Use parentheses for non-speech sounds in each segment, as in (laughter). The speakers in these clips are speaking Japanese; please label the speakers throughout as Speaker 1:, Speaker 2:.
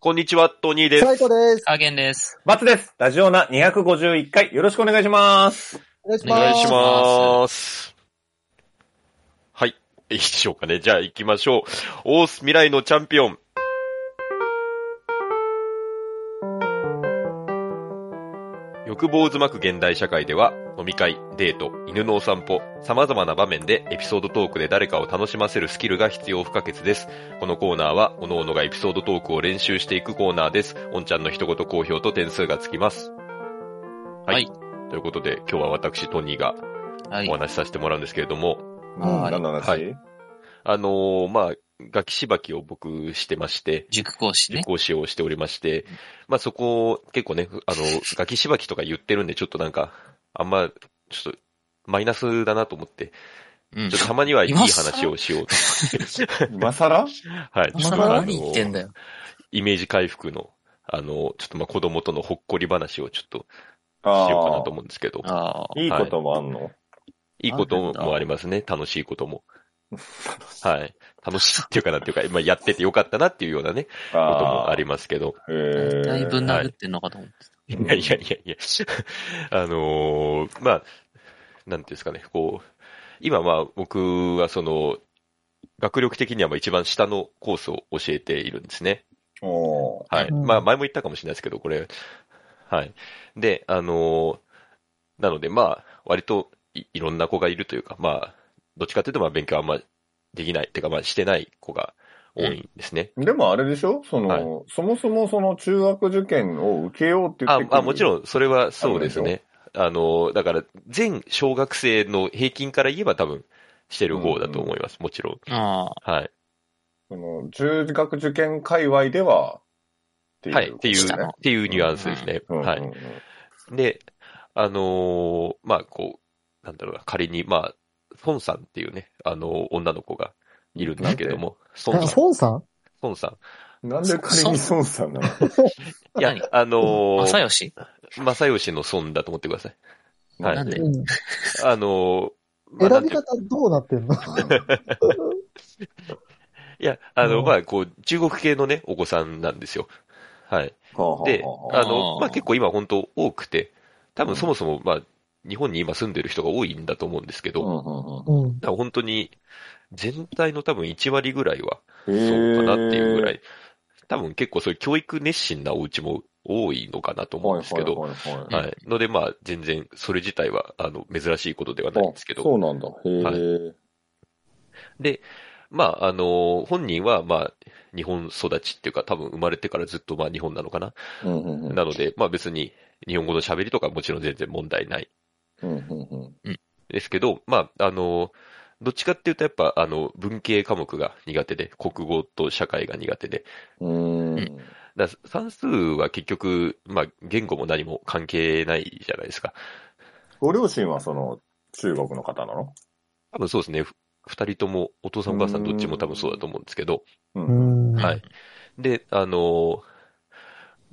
Speaker 1: こんにちは、トニーです。
Speaker 2: 斉藤です。
Speaker 3: 加減です。
Speaker 4: バツです。ラジオナ251回、よろしくお願いします。
Speaker 2: お願いし
Speaker 1: お願いし
Speaker 2: ま
Speaker 1: ます。はい。いいでしょうかね。じゃあ行きましょう。オース未来のチャンピオン。欲望渦巻く現代社会では、飲み会、デート、犬のお散歩、様々な場面でエピソードトークで誰かを楽しませるスキルが必要不可欠です。このコーナーは、各々がエピソードトークを練習していくコーナーです。おんちゃんの一言好評と点数がつきます。
Speaker 3: はい
Speaker 1: ということで、今日は私、トニーが
Speaker 3: はい
Speaker 1: お。話しさせてもらうんですけれども、
Speaker 4: うん、
Speaker 3: はい
Speaker 4: 何の話、
Speaker 1: はいあのーまあ、楽器しばきを僕してまして、
Speaker 3: 塾講師
Speaker 1: 受
Speaker 3: ね。
Speaker 1: 講師をしておりまして、まあそこ、結構ね、あの、楽器しばきとか言ってるんで、ちょっとなんか、あんま、ちょっと、マイナスだなと思って、
Speaker 3: うん
Speaker 1: ちょっとたまにはいい
Speaker 3: 今更
Speaker 1: 話をしようと。
Speaker 4: (laughs) 今
Speaker 1: (laughs) は
Speaker 4: 更
Speaker 1: い。ちょっと
Speaker 3: まだ
Speaker 1: あの
Speaker 3: 何言ってんだよ。
Speaker 1: イメージ回復の、あの、ちょっとまあ子供とのほっこり話をちょっと
Speaker 4: あ
Speaker 1: しようかなと
Speaker 4: あ
Speaker 1: 思うんですけど、
Speaker 3: ああ。
Speaker 4: いいこともあんの、
Speaker 1: いいこともありますね、楽しいことも。はい。楽しいっていうかなんていうか、今やっててよかったなっていうようなね、こともありますけど。
Speaker 4: あーへー
Speaker 3: だいぶ殴ってんのかと思って
Speaker 1: いやいやいやいや、あのーまあ、なんていうんですかね、こう、今まあ僕はその、学力的にはまあ一番下のコースを教えているんですね。
Speaker 4: おー
Speaker 1: はい。
Speaker 2: うん
Speaker 1: まあ前も言ったかもしれないですけど、これ、はい。で、あのーなのでまあ、割といいろんな子がいるというか、まあ、どっちかというとまあ勉強あんまできない、てかまあしてない子が多いんですね。
Speaker 4: でもあれでしょその、
Speaker 1: はい
Speaker 4: そもそもその中学受験を受けようって言っ
Speaker 1: あ
Speaker 4: てくる
Speaker 1: あ、もち
Speaker 4: ん。
Speaker 1: ろん、それはそうですね。あの、だから、全小学生の平均から言えば多分、してる方だと思います。もちろん。
Speaker 3: た。あ
Speaker 1: はい。
Speaker 4: その中学受験界隈では、って
Speaker 1: はい。っていう、
Speaker 3: 下
Speaker 1: っ
Speaker 3: の
Speaker 1: ていうニュアンスですね。
Speaker 4: うんうんうん
Speaker 1: はい。で、あのーまあ、こう、なんだろうな、仮に、まあ、孫さんっていうね、あの、女の子がいるんですけども、
Speaker 2: す。
Speaker 1: 孫
Speaker 2: あ
Speaker 1: さん、
Speaker 2: フォンさん
Speaker 1: 孫さ
Speaker 4: なんで仮に孫さんなの
Speaker 1: ん。いや
Speaker 3: 何、
Speaker 1: あの
Speaker 3: あ。正
Speaker 1: ー、
Speaker 3: 義
Speaker 1: 正義の孫だと思ってください。はい
Speaker 3: なんで
Speaker 2: うん
Speaker 1: あのー、まあなん
Speaker 2: 選び
Speaker 1: ていうか
Speaker 2: 方どうなってんの
Speaker 1: いや、あ
Speaker 2: う
Speaker 1: の、
Speaker 2: ん
Speaker 1: まあ、こう、中国系のね、お子さんなんですよ。はい。で、
Speaker 4: は
Speaker 1: あ
Speaker 4: あ
Speaker 1: の、
Speaker 3: あー
Speaker 1: まあ、結構今本当多くて、多分そもそも、まあ、日本に今住んでる人が多いんだと思うんですけど、だ
Speaker 4: は
Speaker 2: うん。
Speaker 1: から本当に、全体の多分1割ぐらいは、
Speaker 4: あ、そ
Speaker 1: そうかなっていうぐら
Speaker 4: い
Speaker 1: い、多分結構そういう教育熱心なお家も多いのかなと思うんですけど、
Speaker 4: はいはいはいはい
Speaker 1: はい。ので、まあ、全然、それ自体は、あの、珍しいことではないんですけど
Speaker 4: あ、そうなんだ。へえ、
Speaker 1: で、まあ、あの、本人は、まあ、日本育ちっていうか、多分生まれてからずっと、まあ、日本なのかな。
Speaker 4: うんうんうん
Speaker 1: なので、まあ別に、日本語の喋りとかもちろん全然問題ない
Speaker 4: うんうんうん
Speaker 1: ですけど、まあ、あの、どっちかっていうとやっぱ、あの、文系科目が苦手で、国語と社会が苦手で、
Speaker 4: うーん。
Speaker 1: だから算数は結局、まあ、言語も何も関係ないじゃないですか。
Speaker 4: ご両親はその、中国の方なの
Speaker 1: 多分そうですね。ふ二人とも、お父さんお母さんどっちも多分そうだと思うんですけど、
Speaker 4: う
Speaker 2: う。ん。
Speaker 3: うん
Speaker 1: はい。で、あの、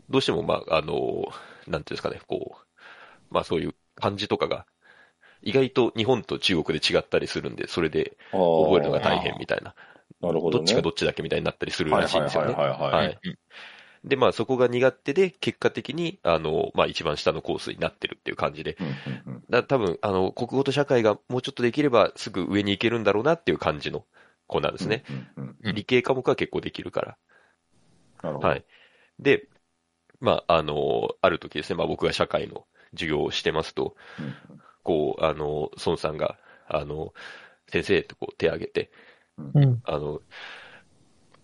Speaker 1: どうしても、まあ、あの、なんていうんですかね、こう、まあそういう漢字とかが、意外と日本と中国で違ったりするんで、それで覚えるのが大変みたいな。
Speaker 4: なるほ
Speaker 1: ど
Speaker 4: ど、ね。
Speaker 1: っちかど
Speaker 4: っ
Speaker 1: っちだけみたいになったりす
Speaker 4: ち
Speaker 1: るらしいんですよ
Speaker 4: は
Speaker 1: ね。
Speaker 4: いはいはい
Speaker 3: あ。
Speaker 4: はい、
Speaker 1: は
Speaker 4: はい。
Speaker 1: い。で、まあそこが苦手で、結果的に、あの、まあ一番下のコースになってるっていう感じで、
Speaker 4: うんうんうん
Speaker 1: だ多分、あの、国語と社会がもうちょっとできればすぐ上に行けるんだろうなっていう感じの子なんですね。。
Speaker 4: うんうんう
Speaker 3: う
Speaker 4: ん
Speaker 3: ん
Speaker 1: 理系科目は結構できるから。
Speaker 4: なるほど。
Speaker 1: はい。で、まあ、あの、ある時ですね、まあ僕が社会の授業をしてますと、
Speaker 4: うん
Speaker 1: こう、あの、孫さんが、あの、先生とこう手を挙げて、
Speaker 2: うん。
Speaker 1: あの、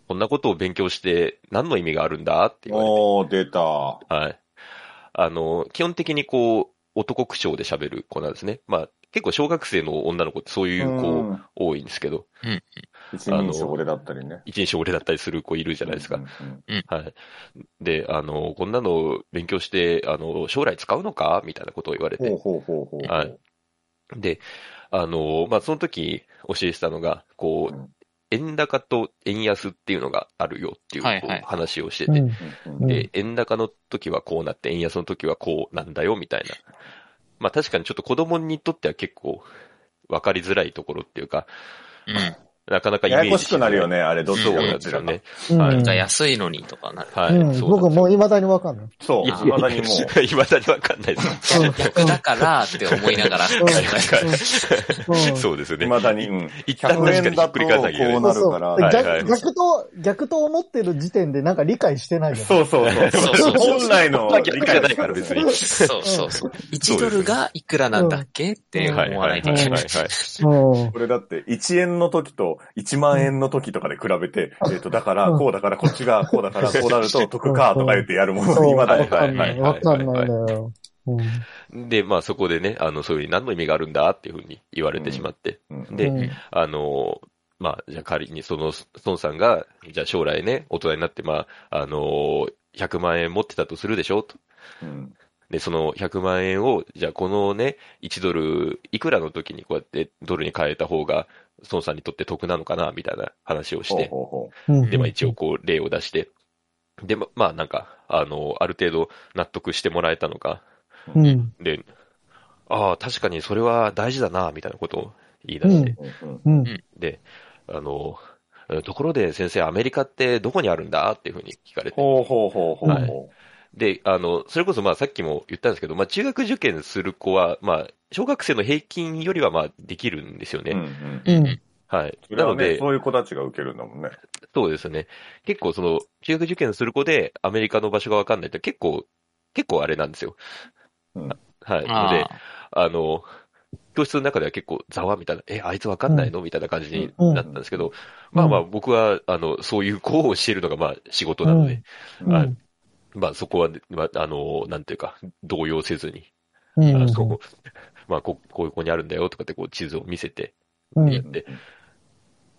Speaker 1: こんなことを勉強して何の意味があるんだって言われて、
Speaker 4: おー、出た。は
Speaker 1: はい。あの、基本的にこう、男口調で喋る子なんですね。まあ、結構小学生の女の子ってそういう子多いんですけど、
Speaker 4: 一人称俺だったりね。
Speaker 1: 一人称俺だったりする子いるじゃないですか。
Speaker 4: うんうん
Speaker 1: はい。で、あの、こんなの勉強して、あの、将来使うのかみたいなことを言われ
Speaker 4: うんほう
Speaker 1: て。
Speaker 4: ほうほうほう。
Speaker 1: はい。で、あの、まあ、その時教えてたのが、こ
Speaker 4: う、
Speaker 1: うん円高と円安っていうのがあるよっていう
Speaker 3: はい
Speaker 1: こ
Speaker 3: はいう
Speaker 1: 話をして
Speaker 2: う
Speaker 1: て、
Speaker 2: ん。
Speaker 4: うん
Speaker 2: う
Speaker 4: うんん
Speaker 1: で、円高の時はこうなって、円安の時はこうなんだよ、みたいな。まあ、確かにちょっと子供にとっては結構、わかりづらいところっていうか、
Speaker 3: うん。
Speaker 1: なかなかイメー
Speaker 4: や
Speaker 1: ジ
Speaker 4: やこしくなるよね、あれ、どっち
Speaker 1: そう
Speaker 4: が
Speaker 1: な
Speaker 4: ど
Speaker 1: んで
Speaker 4: ち
Speaker 1: す
Speaker 4: ら
Speaker 1: よ
Speaker 4: か。
Speaker 1: ね。
Speaker 2: うん
Speaker 1: はい
Speaker 2: うん
Speaker 1: じ
Speaker 3: じゃあ安いのにとかなる。
Speaker 1: はい。
Speaker 2: うん僕もう未だにわかんない。
Speaker 4: そう、
Speaker 1: いや
Speaker 4: 未だにもう。
Speaker 1: いまだにわかんないです。
Speaker 2: うん
Speaker 3: 逆だからって思いながら。
Speaker 2: うん
Speaker 1: はいはいはい
Speaker 2: うん
Speaker 1: そうですよね。
Speaker 4: 未だに、うん。
Speaker 1: (laughs) 一旦確か
Speaker 4: 100
Speaker 1: に
Speaker 4: 円
Speaker 1: ひっ
Speaker 4: だ
Speaker 1: く
Speaker 4: と、
Speaker 1: り
Speaker 4: こ
Speaker 1: 返さなきゃいけな
Speaker 4: う
Speaker 1: い。
Speaker 4: なるから。
Speaker 1: い
Speaker 2: 逆
Speaker 1: はいはい
Speaker 2: 逆と、逆と思ってる時点でなんか理解してないよね。
Speaker 4: そうそうそう。
Speaker 3: そうそうそう
Speaker 4: 本来の
Speaker 1: 逆
Speaker 4: 理
Speaker 1: じゃ
Speaker 4: 解
Speaker 1: な
Speaker 4: だ
Speaker 1: いから別に。
Speaker 3: そうそうそう。1ドルがいくらなんだっけって
Speaker 2: うん
Speaker 1: はい
Speaker 3: 思わ
Speaker 1: は
Speaker 3: ないい
Speaker 1: は
Speaker 3: と
Speaker 1: い
Speaker 3: い
Speaker 1: は
Speaker 3: け
Speaker 1: い
Speaker 3: な。
Speaker 1: はいい。
Speaker 2: うん
Speaker 4: これだって、1円の時と1万円の時とかで比べて、えっと、だから、
Speaker 2: うん
Speaker 4: こうだから、こっちが、こうだから、こうなると得か、とか言ってやるもの
Speaker 2: そう
Speaker 4: に、まだ
Speaker 2: わ
Speaker 4: に。
Speaker 2: かんない。
Speaker 1: は
Speaker 2: わ
Speaker 1: いは
Speaker 2: か
Speaker 1: いはい
Speaker 2: んないんだよ。うん
Speaker 1: で、まあそこでね、あの、そういう何の意味があるんだっていうふうに言われてしまって、
Speaker 4: うん
Speaker 1: で
Speaker 2: うん
Speaker 1: あの、まあ、じゃあ仮にその、孫さんが、じゃあ将来ね、大人になって、まあ、あの、100万円持ってたとするでしょと。
Speaker 4: うん
Speaker 1: で、その100万円を、じゃあこのね、1ドル、いくらの時にこうやってドルに変えた方が、孫さんにとって得なのかな、みたいな話をし
Speaker 4: ほう
Speaker 1: て、
Speaker 4: ほうほ
Speaker 2: うん
Speaker 1: で、まあ一応こう例を出して、で、ままあなんか、あの、ある程度納得してもらえたのか、
Speaker 2: うん。
Speaker 1: で、ああ、確かにそれは大事だな、みたいなことを言い出
Speaker 2: う
Speaker 1: し
Speaker 2: ん
Speaker 1: て、
Speaker 4: ううんうん。
Speaker 2: うん。
Speaker 1: で、あの、えところで先生、アメリカってどこにあるんだっていうふうに聞かれて。
Speaker 4: ほうほうほうほう
Speaker 1: はい
Speaker 4: ほ
Speaker 1: で、あの、それこそまあさっきも言ったんですけど、まあ中学受験する子は、まあ、小学生の平均よりはまあできるんですよ
Speaker 4: う。
Speaker 1: ね。
Speaker 4: うんうん
Speaker 2: うん。
Speaker 1: はい。
Speaker 4: それ
Speaker 1: な
Speaker 4: は
Speaker 1: の
Speaker 4: ね、
Speaker 1: で、
Speaker 4: そういう子たちが受けるんだもんね。
Speaker 1: そうですね。結構その、中学受験する子でアメリカの場所がわかんないって結構、結構あれなんですよ。
Speaker 4: うん
Speaker 1: はい。の
Speaker 3: あ
Speaker 1: で、あの、教室の中では結構ざわみたいな、え、あいつわかんないのみたいな感じになったんですけど、まあまあ僕は、あの、そういう子を教えるのがまあ仕事なので、
Speaker 2: うん
Speaker 1: はいまあそこは、まあ、あの、なんていうか、動揺せずに、
Speaker 2: う
Speaker 1: あ
Speaker 2: ん。
Speaker 1: のまあこ、こういう子にあるんだよとかってこう地図を見せて、
Speaker 2: うん
Speaker 1: やって、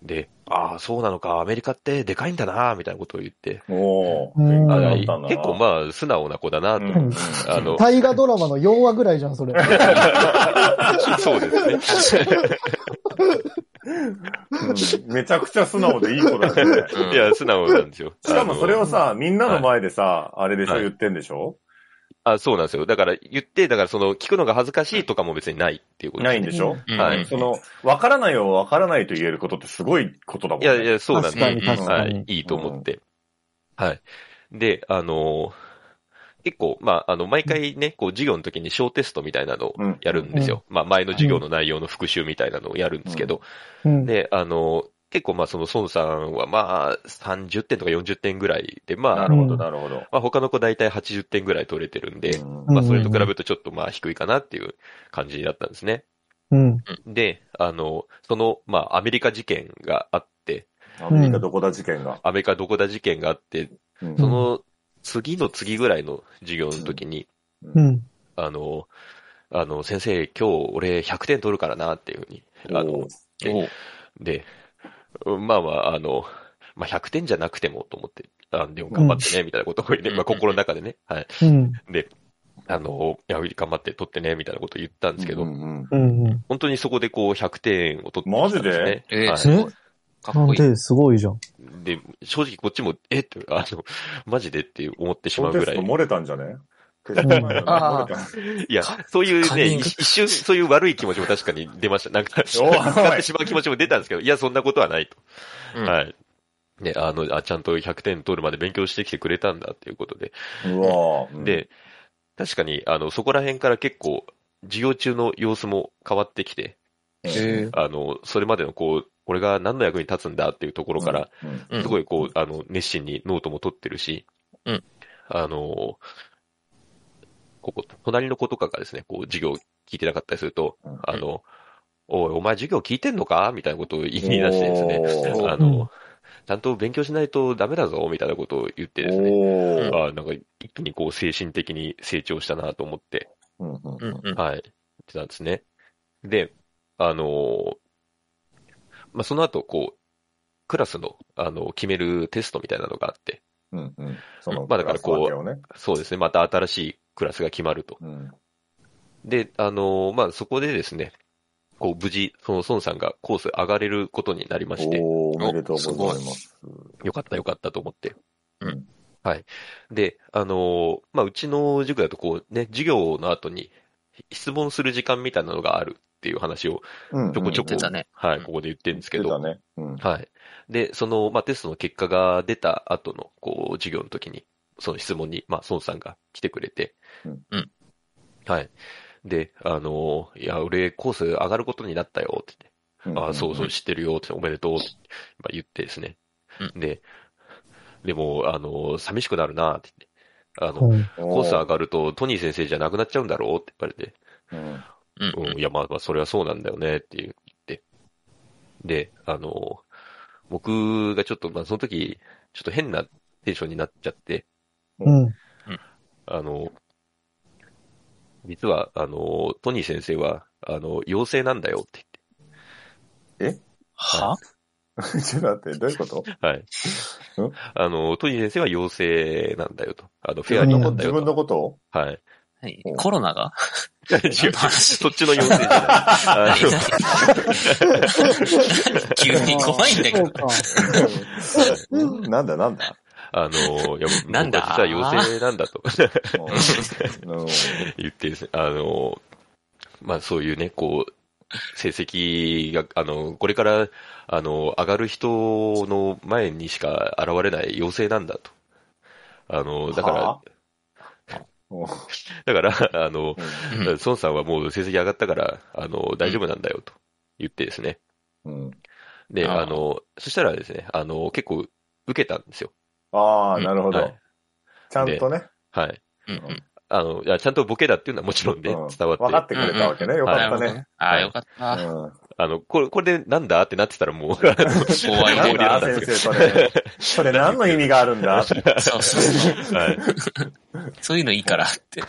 Speaker 1: で、ああ、そうなのか、アメリカってでかいんだな、みたいなことを言って、
Speaker 4: おー、
Speaker 2: うん
Speaker 4: 勉
Speaker 1: あの
Speaker 4: 強に
Speaker 1: 結
Speaker 4: なったんだな。
Speaker 1: 構まあ素直な子だなと、
Speaker 4: うんうん
Speaker 1: あ
Speaker 2: (laughs)
Speaker 1: の、
Speaker 2: 大河ドラマの4話ぐらいじゃん、それ。
Speaker 1: そうです
Speaker 2: (laughs)
Speaker 1: ね。
Speaker 4: うんめちゃくちゃ素直でいい子だね。
Speaker 1: いや、素直なんですよ。
Speaker 4: しかもそれをさ、みんなの前でさ、あれでしょ、
Speaker 1: はい
Speaker 4: 言ってんでしょ
Speaker 1: あのあ、そうなんですよ。だから言って、だからその聞くのが恥ずかしいとかも別にないっていうこと
Speaker 4: ないんでしょ、
Speaker 3: うん
Speaker 1: はい
Speaker 4: その、わからないをわからないと言えることってすごいことだもん
Speaker 1: い
Speaker 4: ね。
Speaker 1: やいや、そうなんです
Speaker 2: 確
Speaker 1: よ
Speaker 2: かに、
Speaker 3: うん
Speaker 2: 確
Speaker 1: は
Speaker 2: か
Speaker 1: い
Speaker 2: に、。
Speaker 1: いいと思って。はい。で、あのー結構、まあ、あの、毎回ね、こう、授業の時に小テストみたいなのを
Speaker 4: うん
Speaker 1: やるんですよ。まあ、前の授業の内容の復習みたいなのをやるんですけど、
Speaker 2: うん。
Speaker 1: で、あのー結構、まあ、その、孫さんは、まあ、30点とか40点ぐらいで、ま
Speaker 4: な
Speaker 1: あ、
Speaker 4: るほど、なるほど。
Speaker 1: まあ、他の子大体80点ぐらい取れてるんで、
Speaker 4: うん
Speaker 2: うん
Speaker 1: まあ、それと比べるとちょっと、まあ、低いかなっていう感じだったんですね。
Speaker 2: うん。
Speaker 1: で、あの、その、まあ、アメリカ事件があって、
Speaker 4: アメリカどこだ事件が。
Speaker 1: アメリカどこだ事件があって、
Speaker 4: うん
Speaker 1: その次の次ぐらいの授業の時に、
Speaker 2: うん。
Speaker 1: あの、あの、先生、今日俺100点取るからなっていうふうに、あの
Speaker 4: おー、
Speaker 3: おう
Speaker 1: で、まあまあ、あの、まあ100点じゃなくてもと思って、あでも頑張ってね、みたいなことを言って、
Speaker 3: うん
Speaker 1: まあ心の中でね、はい。
Speaker 2: うん。
Speaker 1: あの、いや、頑張って取ってね、みたいなことを言ったんですけど、
Speaker 4: うんうん
Speaker 2: うん。うん
Speaker 1: 本当にそこでこう100点を取って
Speaker 4: マジで
Speaker 1: ですね。
Speaker 3: えー
Speaker 1: はい
Speaker 3: すごいか
Speaker 2: な
Speaker 3: っ
Speaker 2: ん
Speaker 3: こいい。
Speaker 2: で、すごいじゃん。
Speaker 1: で、正直こっちも、えって、あの、マジでって思ってしま
Speaker 4: 小
Speaker 1: うぐ
Speaker 4: テス
Speaker 1: らい
Speaker 4: ト。漏れたんじゃね
Speaker 3: あ
Speaker 1: いや、そういう
Speaker 3: カン
Speaker 1: ね、
Speaker 3: ニング
Speaker 1: 一一瞬、そういう悪い気持ちも確かに出ました。なん
Speaker 3: (laughs)
Speaker 1: か、
Speaker 4: おい
Speaker 1: 使ってしまう気持ちも出たんですけど、いや、そんなことはないと。
Speaker 3: うん
Speaker 1: はい。ね、あの、あ、ちゃんと100点取るまで勉強してきてくれたんだっていうことで。
Speaker 4: うわぁ。
Speaker 1: で、確かに、あの、そこら辺から結構、授業中の様子も変わってきて、
Speaker 3: え
Speaker 1: あの、それまでのこう、俺が何の役に立つんだっていうところから、
Speaker 4: うん、うん
Speaker 3: ー
Speaker 1: すごいこう、あの、熱心にノートも取ってるし、
Speaker 3: うん
Speaker 1: あの、ここ、隣の子とかがですね、こう、授業聞いてなかったりすると、
Speaker 4: うん
Speaker 1: あの、おい、お前授業聞いてんのかみたいなことを言い出してですね、
Speaker 4: お
Speaker 1: あ
Speaker 4: ー
Speaker 2: うん
Speaker 1: の、ちゃんと勉強しないとダメだぞ、みたいなことを言ってですね、
Speaker 4: おー
Speaker 1: あなんか一気にこう、精神的に成長したなと思って、
Speaker 4: うんうん
Speaker 3: うんうん。
Speaker 1: はい。ってたんですね。で、あのーまあ、その後、こう、クラスの、あの、決めるテストみたいなのがあって、
Speaker 4: うんうんその、
Speaker 1: まあだからこう
Speaker 4: クラス分けをね
Speaker 1: そうですね、また新しいクラスが決まると。
Speaker 4: うん
Speaker 1: で、あのーまあ、そこでですね、こう、無事、その孫さんがコース上がれることになりまして、
Speaker 4: おーおめでとうございます。
Speaker 1: よかったよかったと思って。
Speaker 3: うん
Speaker 1: はい。で、あのーまあ、うちの塾だとこうね、授業の後に質問する時間みたいなのがあるっていう話を、
Speaker 4: うん
Speaker 1: ちょこちょこ
Speaker 3: 言ってたね。
Speaker 1: は
Speaker 3: う
Speaker 1: い、
Speaker 3: ん
Speaker 1: ここで言ってるんですけ
Speaker 4: 出た
Speaker 1: ど、
Speaker 4: ね。うん。
Speaker 1: はい。で、その、まあ、テストの結果が出た後の、こう、授業の時に、その質問に、まあ、孫さんが来てくれて、
Speaker 4: うん
Speaker 3: うん
Speaker 1: はい。で、あの、いや、俺、コース上がることになったよ、って言って、ああ、そうそう、知ってるよ、って、おめでとう、って、まあ、言ってですね。
Speaker 3: う
Speaker 1: で、でも、あの、寂しくなるな、って言って、あの、
Speaker 2: うん。
Speaker 4: うん。
Speaker 1: コース上
Speaker 4: が
Speaker 1: がると、トニー先生じゃなくなっちゃうんだろうって言われて、
Speaker 4: うん。
Speaker 3: う
Speaker 4: (laughs)
Speaker 3: んう
Speaker 1: うん、
Speaker 3: ん。
Speaker 1: いや、まあ、まあ、それはそうなんだよね、って言って。で、あの、僕がちょっと、まあ、その時、ちょっと変なテンションになっちゃって、
Speaker 2: うん。
Speaker 1: あの、実は、あの、トニー先生は、あの、陽性なんだよって
Speaker 3: は
Speaker 4: ちょっと待って、どういうこと
Speaker 1: 言って、はい
Speaker 4: うん。
Speaker 1: あの、トニー先生は陽性なんだよと。あの、フェア
Speaker 2: や
Speaker 1: リ
Speaker 2: り
Speaker 1: ー
Speaker 2: な
Speaker 1: なん
Speaker 2: ん
Speaker 1: だ
Speaker 4: 自
Speaker 1: よ
Speaker 4: 分
Speaker 1: と。
Speaker 4: のことを
Speaker 1: はい。
Speaker 3: はい
Speaker 4: うん
Speaker 3: コロナが
Speaker 1: 違う違う。 (laughs) そっちの陽性じゃない。あの
Speaker 3: (laughs) 急に怖いんだけ
Speaker 2: そ
Speaker 3: ど
Speaker 2: う。か。
Speaker 4: うんなんだなんだ
Speaker 1: あの、いや、
Speaker 3: なんだ
Speaker 1: 僕は実は陽性なんだと
Speaker 4: うんうん
Speaker 1: 言ってですね、あの、まあそういうね、こう、成績が、あの、これから、あの、上がる人の前にしか現れない陽性なんだと。あの、だから、
Speaker 4: はうん
Speaker 1: だから、あの、
Speaker 3: うん
Speaker 1: 孫さんはもう成績上がったから、あの、大丈夫なんだよと言ってですね。
Speaker 4: うん
Speaker 1: で、
Speaker 3: あー
Speaker 1: あの、そしたらですね、あの、結構受けたんですよ。
Speaker 4: ああ、なるほ
Speaker 1: は
Speaker 4: ど
Speaker 1: い。。
Speaker 4: ちゃんとね。
Speaker 1: はい。
Speaker 3: うんうん
Speaker 1: あの、いやちゃんとボケだっていうのはもちろんね、
Speaker 4: うん
Speaker 1: 伝わって
Speaker 4: 分かってくれたわけね。よか
Speaker 1: はい
Speaker 3: な
Speaker 4: っ
Speaker 3: るほど
Speaker 4: たね。
Speaker 3: ね。ああ、よかった。
Speaker 4: うん
Speaker 1: あの、これ、これでなんだってなってたらもう、 (laughs) あの
Speaker 3: 怖い
Speaker 4: なん
Speaker 3: ね。
Speaker 4: だ先生、それ。それ何の意味があるんだ
Speaker 3: そうそうそう。
Speaker 1: はい。
Speaker 3: そういうのいいからって。
Speaker 1: い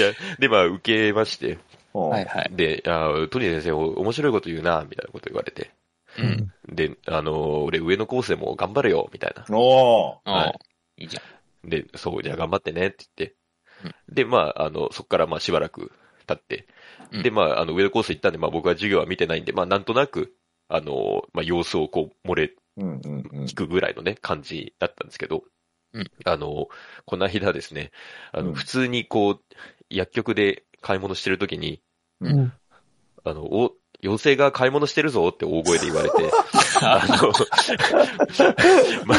Speaker 1: や、で、まあ、受けまして、
Speaker 4: うん
Speaker 3: はいはい。
Speaker 1: で、あートニー先生、お面白いこと言うな、みたいなこと言われて、
Speaker 3: うん。
Speaker 1: で、あのー俺、上のコースでも頑張れよ、みたいな。
Speaker 4: おー
Speaker 3: ああいいじゃん。
Speaker 1: で、そう、じゃあ頑張ってね、って言
Speaker 3: う
Speaker 1: って。で、まあ、あの、そこから、まあ、しばらく経って、
Speaker 3: うん
Speaker 1: で、まあ、あの、上のコース行ったんで、まあ、僕は授業は見てないんで、まあ、なんとなく、あのーまあ、様子をこう、漏れ
Speaker 4: うんうんうん
Speaker 1: 聞くぐらいのね、感じだったんですけど、
Speaker 3: うん
Speaker 1: あの、この間ですね、あ
Speaker 4: う
Speaker 1: の、
Speaker 4: ん
Speaker 1: 普通にこう、薬局で買い物してるときに、
Speaker 2: うん。
Speaker 1: あの、お、妖精が買い物してるぞって大声で言われ
Speaker 3: (laughs)
Speaker 1: て、あの、 (laughs) ま、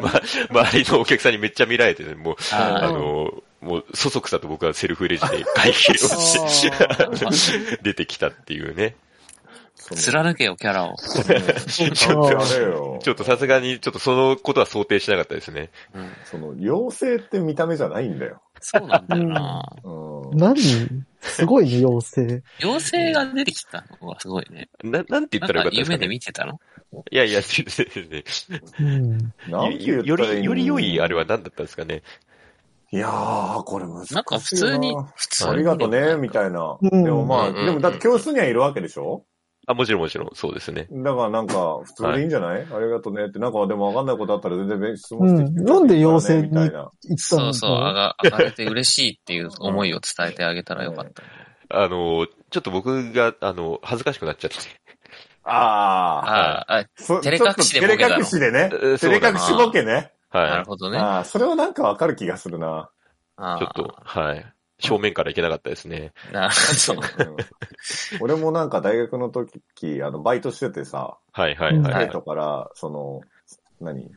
Speaker 1: ま、周りのお客さんにめっちゃ見られてね、もう、
Speaker 3: あ
Speaker 1: あ
Speaker 3: あ、
Speaker 1: の、もう、そそくさと僕はセルフレジで会計を
Speaker 3: (laughs)
Speaker 1: し
Speaker 2: あー
Speaker 1: て、出てきたっていうね。
Speaker 3: 貫けよ、キャラを。
Speaker 1: ちょっ
Speaker 4: や
Speaker 1: と、
Speaker 4: れよ。
Speaker 1: ちょっとさすがに、ちょっとそのことは想定しなかったですね。
Speaker 3: うん
Speaker 4: その、妖精って見た目じゃないんだよ。
Speaker 3: そうなんだよな。
Speaker 4: うん。
Speaker 2: 何すごいね、妖精。
Speaker 3: 妖精が出てきたのがすごいね。
Speaker 1: な、なんて言
Speaker 3: な
Speaker 1: った
Speaker 3: ん
Speaker 1: らよかった
Speaker 3: か
Speaker 1: ですかね
Speaker 3: 夢で。見てたの
Speaker 1: いやいや、全然全然
Speaker 2: うん。
Speaker 4: なんて言
Speaker 1: よ
Speaker 4: った
Speaker 1: よ
Speaker 4: らいい
Speaker 1: り、より良いあれ
Speaker 4: は。
Speaker 1: は何だったんですかね。
Speaker 4: いやー、これ難しい。
Speaker 3: なんか普通に、普通に。
Speaker 4: ありがとね、みたいな。
Speaker 2: うん
Speaker 4: でもまあ、
Speaker 3: うんうんうん
Speaker 4: でもだって教室にはいるわけでしょ
Speaker 1: あ、もちろんもちろん、そうですね。
Speaker 4: だからなんか、普通でいいんじゃない、ありがとねって、なんかでもわかんないことあったら全然質問してきて、
Speaker 2: うんなんで妖精に
Speaker 4: みたいな。
Speaker 2: 言ってた
Speaker 3: そ
Speaker 2: の
Speaker 3: うそう、上が、上がれて嬉しいっていう思いを伝えてあげたらよかった。
Speaker 1: あの、ちょっと僕が、あの、恥ずかしくなっちゃって。
Speaker 4: ああ。
Speaker 3: ああ、あ
Speaker 4: そ
Speaker 3: 照れ隠しでボケだろ
Speaker 4: ちょっと照れ隠しでね。
Speaker 1: うんそ
Speaker 4: 照
Speaker 1: う
Speaker 4: れ
Speaker 1: だ
Speaker 4: 隠
Speaker 1: な
Speaker 4: しボケね。
Speaker 3: な
Speaker 1: は
Speaker 3: る
Speaker 1: い。
Speaker 3: ほどね。
Speaker 4: ああ、それはなんかわかる気がするな。
Speaker 3: ああ
Speaker 1: ちょっと、。はい。正面からいけなかったですね。
Speaker 3: なるほど。
Speaker 4: うん俺もなんか大学の時、あの、バイトしててさ、
Speaker 1: はいはいはいは
Speaker 4: 生
Speaker 1: い。
Speaker 4: 徒から、その、何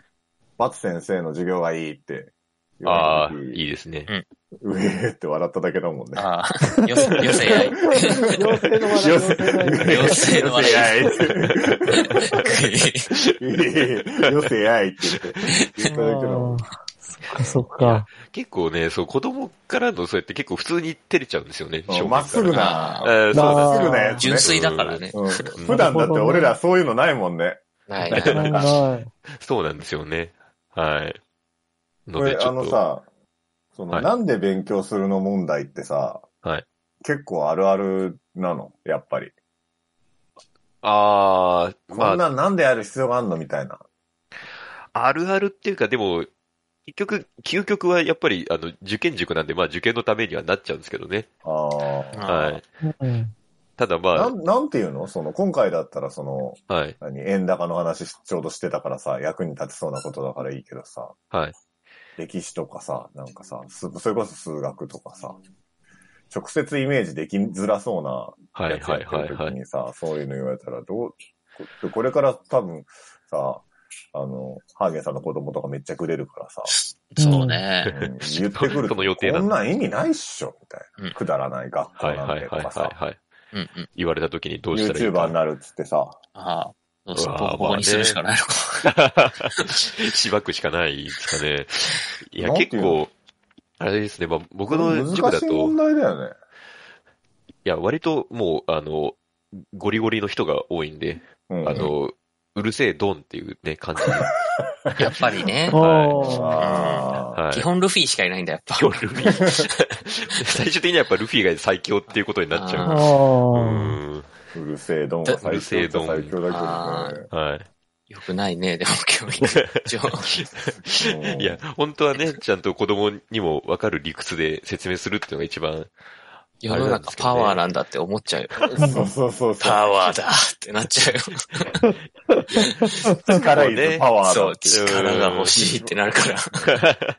Speaker 4: バツ先生の授業がいいって言
Speaker 1: あ
Speaker 4: わ
Speaker 1: あ
Speaker 4: れた時
Speaker 1: ー、いいですね。
Speaker 4: うえーって笑っただけだもんね。
Speaker 3: ああ、 (laughs) よせ、よせ
Speaker 2: (laughs)
Speaker 3: やい。
Speaker 2: 妖精の話、妖精の話。
Speaker 3: 妖精の笑い
Speaker 4: 妖精の笑い。よせやいって言って。言っただけだもん
Speaker 2: あーそっかそっか。
Speaker 1: 結構ね、そう、子供からのそうやって結構普通に照れちゃうんですよね。正面から
Speaker 4: うんまっすぐ
Speaker 1: あー
Speaker 4: な。
Speaker 1: そう
Speaker 2: な
Speaker 1: だ
Speaker 2: あ
Speaker 4: まっすぐなやつね
Speaker 3: 純。粋だからね。
Speaker 4: うん普段だって俺らそういうのないもんね。
Speaker 2: (laughs)
Speaker 3: ない
Speaker 4: な
Speaker 3: ないい。
Speaker 2: ないない。
Speaker 1: そうなんですよね。はい。
Speaker 4: こ
Speaker 1: ので、
Speaker 4: れ
Speaker 1: ち
Speaker 4: あ
Speaker 1: ょっ
Speaker 4: の
Speaker 1: と。
Speaker 4: さ、その、
Speaker 1: はい
Speaker 4: なんで勉強するの問題ってさ、
Speaker 1: はい
Speaker 4: 結構あるあるなの、やっぱり。
Speaker 1: ああ、ま
Speaker 4: こ
Speaker 1: あ
Speaker 4: ん、なんなんでやる必要があんのみたいな。
Speaker 1: あるあるっていうか、でも、結局、究極はやっぱり、あの、受験塾なんで、まあ受験のためにはなっちゃうんですけどね。
Speaker 4: あ
Speaker 3: うん
Speaker 4: あ。
Speaker 1: はい。
Speaker 2: うん
Speaker 1: ただ
Speaker 4: な
Speaker 1: ま
Speaker 4: ん、なんていうのその、今回だったらその、
Speaker 1: あ、はい、
Speaker 4: 何、円高の話しちょうどしてたからさ、役に立ちそうなことだからいいけどさ、
Speaker 1: はい。
Speaker 4: 歴史とかさ、なんかさ、すそれこそ数学とかさ、直接イメージできづらそうな
Speaker 1: はい
Speaker 4: やつや
Speaker 1: は
Speaker 4: っ
Speaker 1: い
Speaker 4: て
Speaker 1: はい
Speaker 4: る
Speaker 1: は
Speaker 4: 時
Speaker 1: い。
Speaker 4: にさ、そういうの言われたらどう、ここれから多分さ、あの、ハーゲンさんの子供とかめっちゃくれるからさ、
Speaker 3: そうね。
Speaker 4: うん
Speaker 1: (laughs)
Speaker 4: 言ってくる
Speaker 1: そ
Speaker 4: と、
Speaker 1: の予定だ
Speaker 4: こんなん意味ないっしょみたいな、
Speaker 3: うん
Speaker 4: くだらない学校
Speaker 1: はい
Speaker 4: な
Speaker 1: は
Speaker 4: ん
Speaker 1: い
Speaker 4: てと
Speaker 1: はい
Speaker 4: かさ、
Speaker 1: はいはい。
Speaker 3: うんうん。
Speaker 1: 言われた時にどうしたらいい
Speaker 4: YouTuber に
Speaker 1: か。
Speaker 4: なるっつってさ、
Speaker 3: ああ。そうそうう、
Speaker 1: わー
Speaker 3: ボコボコにするしかないのか。
Speaker 1: (laughs) しばくしかないですかね。いや、
Speaker 4: なんていう
Speaker 1: 結
Speaker 4: の
Speaker 1: 構、あれですね、まあ、僕の塾
Speaker 4: 難
Speaker 1: だ
Speaker 4: しい
Speaker 1: と
Speaker 4: 問、題だよね。
Speaker 1: いや、割ともう、あの、ゴリゴリの人が多いんで、
Speaker 4: うん、
Speaker 1: あの、うるせえドンっていうね、感じ
Speaker 4: (laughs)
Speaker 1: で。
Speaker 3: やっぱりね。
Speaker 2: ああ。
Speaker 4: あー
Speaker 1: はい
Speaker 3: 基。本ルフィしかいないんだ、やっぱ。
Speaker 1: 基本ルフィ。 (laughs) 最終的にはやっぱルフィが最強っていうことになっちゃう。
Speaker 2: あ
Speaker 1: う
Speaker 2: あ。
Speaker 1: ん。
Speaker 4: うるせえドンは
Speaker 1: う
Speaker 4: 最
Speaker 1: るせえ
Speaker 4: 強
Speaker 1: ドン
Speaker 4: だ最強だ
Speaker 1: はい。
Speaker 3: よくないね、でも教育上。
Speaker 4: けどね。うん
Speaker 1: いや、、本当はね、ちゃんと子供にもわかる理屈で説明するっていうのが一番、 (laughs)
Speaker 3: 世の中パワーなんだって思っちゃうよ。
Speaker 4: そうそうそうそう。
Speaker 3: パワーだってなっちゃうよ。
Speaker 4: 力いるパワー
Speaker 3: そ
Speaker 4: だ
Speaker 3: う、
Speaker 4: って。
Speaker 3: 力が欲しいってなるから。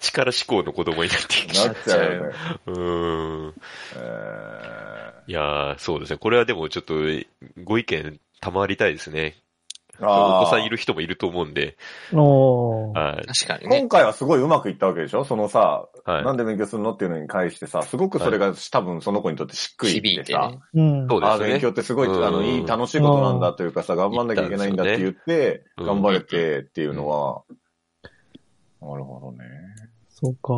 Speaker 1: 力志向の子供になっていく。
Speaker 4: なっちゃうよね。
Speaker 1: うん。
Speaker 4: えー
Speaker 1: いやー、そうですね。これはでもちょっと、ご意見賜りたいですね。
Speaker 4: あー
Speaker 1: お子さんいる人もいると思うんで。
Speaker 2: おー
Speaker 1: はい。
Speaker 3: 確かにね
Speaker 4: 今。回はすごいうまくいったわけでしょそのさ、
Speaker 1: はい。
Speaker 4: なんで勉強するのっていうのに返してさ、すごくそれが多分その子にとってしっくり
Speaker 3: 響い
Speaker 4: いっ
Speaker 3: て
Speaker 4: てさ、
Speaker 3: ね。
Speaker 2: うん。
Speaker 1: そう
Speaker 4: ああ、
Speaker 1: です
Speaker 4: 勉強
Speaker 1: ね
Speaker 4: っ。てすごい、あの、
Speaker 1: うん
Speaker 4: いい、楽しいことなんだというかさ、頑張んなきゃいけないんだって言って、
Speaker 1: うん
Speaker 4: 頑張れてっていうのは、なるほどね。
Speaker 2: そうか。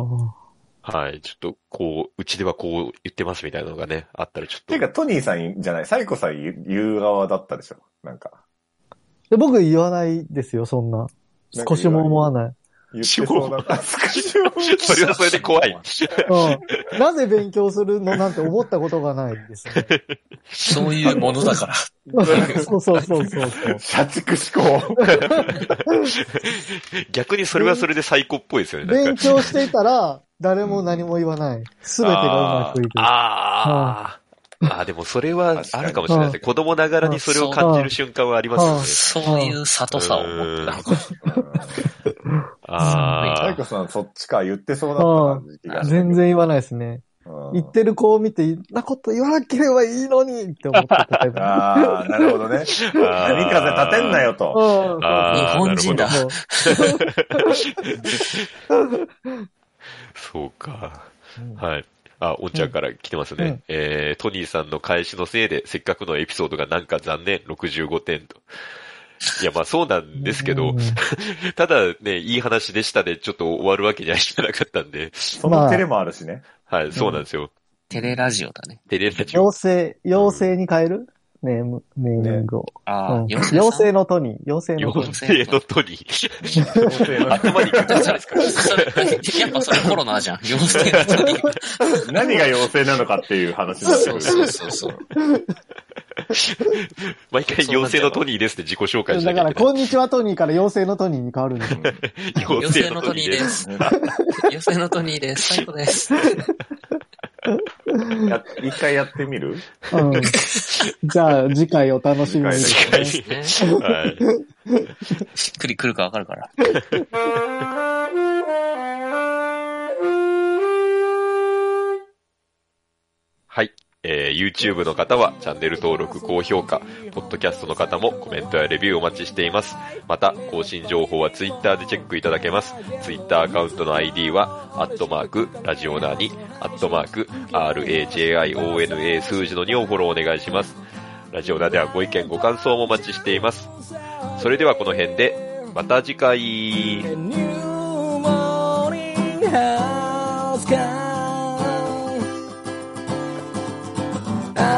Speaker 1: はい。ちょっと、こう、うちではこう言ってますみたいなのがね、あったらちょっと。
Speaker 4: ていうか、トニーさんじゃない、サイコさん言う言う側だったでしょなんか。
Speaker 2: で僕言わないですよ、そんな。
Speaker 4: なんか言わな
Speaker 2: 少
Speaker 4: い
Speaker 2: しも思わない。
Speaker 4: 言ってそうだった。少しも
Speaker 1: (laughs) それはそれで怖い。 (laughs)
Speaker 2: うん。なぜ勉強するのなんて思ったことがないです、ね。
Speaker 3: そういうものだから。
Speaker 2: そうそうそうそうそう。
Speaker 4: 社畜思考。
Speaker 1: 逆にそれはそれで最高っぽいですよね。なんか
Speaker 2: 勉強していたら、誰も何も言わない。すべてがうまくいく。
Speaker 1: ああ。ああ、でもそれはあるかもしれないですね。子供ながらにそれを感じる瞬間はあります
Speaker 3: そういう里さを持ってたのか。
Speaker 1: よね。
Speaker 4: サ (laughs)
Speaker 1: あ
Speaker 4: イコ
Speaker 1: あ。
Speaker 4: さん、そっちか、言ってそうだった感じ気がしたけど
Speaker 2: 全然言わないですね。
Speaker 4: うん
Speaker 2: 言ってる子を見て、なこと言わなければいいのにって思ってたタイプ。
Speaker 4: ああ、なるほどね。波風立てんな。よ (laughs) と。
Speaker 2: うん
Speaker 1: あー
Speaker 3: 日本人だ
Speaker 2: そう
Speaker 1: そうか。
Speaker 2: そう
Speaker 1: はい。あ、おんちゃんから来てますね。
Speaker 2: うん
Speaker 1: えー、トニーさんの返しのせいで、せっかくのエピソードがなんか残念、65点と。いや、まあそうなんですけど、ただね、いい話でしたで、ちょっと終わるわけにはいかなかったんで、
Speaker 4: その照れもあるしね。
Speaker 1: はい、そうなんですよ。
Speaker 3: テレラジオだね。
Speaker 1: テレラジオ。
Speaker 2: 妖精、妖精に変えるネーム、ネーミングを。う
Speaker 3: ああ
Speaker 2: ん、
Speaker 3: 妖精さん。
Speaker 2: 妖精のトニー、妖精のトニ
Speaker 1: 妖
Speaker 2: ー。
Speaker 1: 精のトニー。 (laughs) 頭にくっついてますか
Speaker 3: それ何やっぱそれコロナ (laughs) じゃん。妖精のトニー。
Speaker 4: 何が妖精なのかっていう話になってく
Speaker 3: そう
Speaker 4: る
Speaker 3: そうそうそう。
Speaker 1: 毎回妖精のトニーですって自己紹介しなき
Speaker 2: だか
Speaker 1: ゃい
Speaker 2: ら、
Speaker 1: けない。
Speaker 2: こんにちはトニーから妖精のトニーに変わるんです。
Speaker 3: 妖精のトニーで。す。妖精のトニーです。最高です。
Speaker 4: や一回やってみる
Speaker 2: うん。じゃあ、次回お楽しみに。
Speaker 4: 次
Speaker 1: 回
Speaker 3: そう (laughs) ですね
Speaker 1: はい。
Speaker 3: しっくりくるかわかるから。
Speaker 1: はい。えー YouTube の方はチャンネル登録、高評価、Podcast の方もコメントやレビューお待ちしています。また、更新情報は Twitter でチェックいただけます。Twitter アカウントの ID は、アットマーク、ラジオナーに、アットマーク、RAJIONA 数字の2をフォローお願いします。ラジオナーではご意見、ご感想もお待ちしています。それではこの辺で、また次回。
Speaker 5: A new morning has come